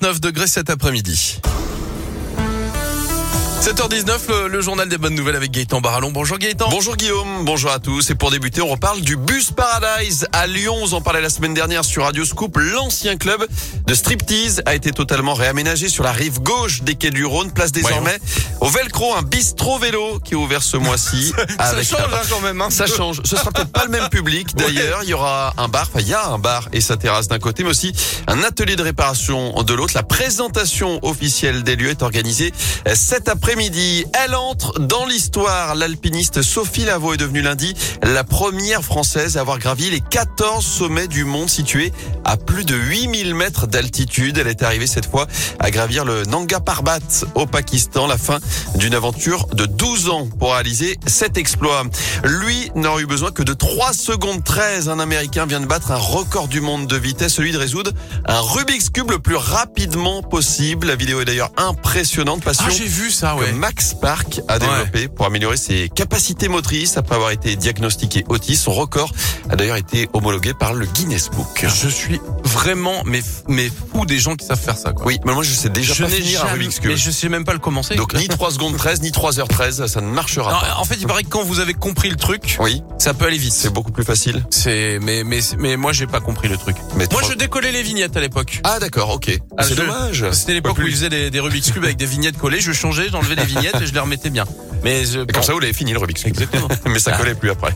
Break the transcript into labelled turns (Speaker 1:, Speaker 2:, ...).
Speaker 1: 19 degrés cet après-midi. 7h19, le, le journal des bonnes nouvelles avec Gaëtan Barallon. Bonjour Gaëtan.
Speaker 2: Bonjour Guillaume, bonjour à tous. Et pour débuter, on reparle du Bus Paradise à Lyon. On en parlait la semaine dernière sur Radio Scoop. L'ancien club de striptease a été totalement réaménagé sur la rive gauche des quais du Rhône. Place désormais au Velcro, un bistrot vélo qui est ouvert ce mois-ci. avec-
Speaker 1: hein, quand même. hein.
Speaker 2: Ça change. Ce sera peut-être pas le même public. D'ailleurs, il y aura un bar. Enfin, il y a un bar et sa terrasse d'un côté, mais aussi un atelier de réparation de l'autre. La présentation officielle des lieux est organisée euh, cet après-midi. Elle entre dans l'histoire. L'alpiniste Sophie Lavaux est devenue lundi la première française à avoir gravi les 14 sommets du monde situés à plus de 8000 mètres d'altitude. Elle est arrivée cette fois à gravir le Nanga Parbat au Pakistan. La fin d'une aventure de 12 ans pour réaliser cet exploit. Lui n'aura eu besoin que de 3 secondes 13. Un Américain vient de battre un record du monde de vitesse, celui de résoudre un Rubik's Cube le plus rapidement possible. La vidéo est d'ailleurs impressionnante. Passion
Speaker 1: Ah, j'ai vu ça,
Speaker 2: que
Speaker 1: ouais.
Speaker 2: Max Park a développé pour améliorer ses capacités motrices après avoir été diagnostiqué autiste. Son record a d'ailleurs été homologué par le Guinness Book.
Speaker 1: Je suis vraiment mais, mais fou des gens qui savent faire ça. Quoi.
Speaker 2: Oui, mais moi je sais déjà
Speaker 1: je
Speaker 2: pas
Speaker 1: n'ai
Speaker 2: finir un
Speaker 1: jamais-
Speaker 2: Rubik's Cube.
Speaker 1: Mais je sais même pas le commencer.
Speaker 2: Donc ni 3 secondes 13, ni 3h13, ça ne marchera
Speaker 1: Non,
Speaker 2: pas.
Speaker 1: en fait, il paraît que quand vous avez compris le truc,
Speaker 2: Oui,
Speaker 1: ça peut aller vite.
Speaker 2: c'est beaucoup plus facile.
Speaker 1: C'est mais mais mais moi j'ai pas compris le truc.
Speaker 2: Mais
Speaker 1: Moi
Speaker 2: trois-
Speaker 1: je décollais les vignettes à l'époque.
Speaker 2: Ah d'accord, ok.
Speaker 1: Ah,
Speaker 2: c'est
Speaker 1: je-
Speaker 2: dommage.
Speaker 1: C'était l'époque
Speaker 2: Pas
Speaker 1: où
Speaker 2: plus.
Speaker 1: ils faisaient des, des Rubik's Cube avec des vignettes collées. Je changeais, j'enlevais les vignettes et je les remettais bien. Mais euh, je,
Speaker 2: Et comme ça, vous l'avez fini le Rubik's Cube.
Speaker 1: exactement.
Speaker 2: Mais ça collait plus après.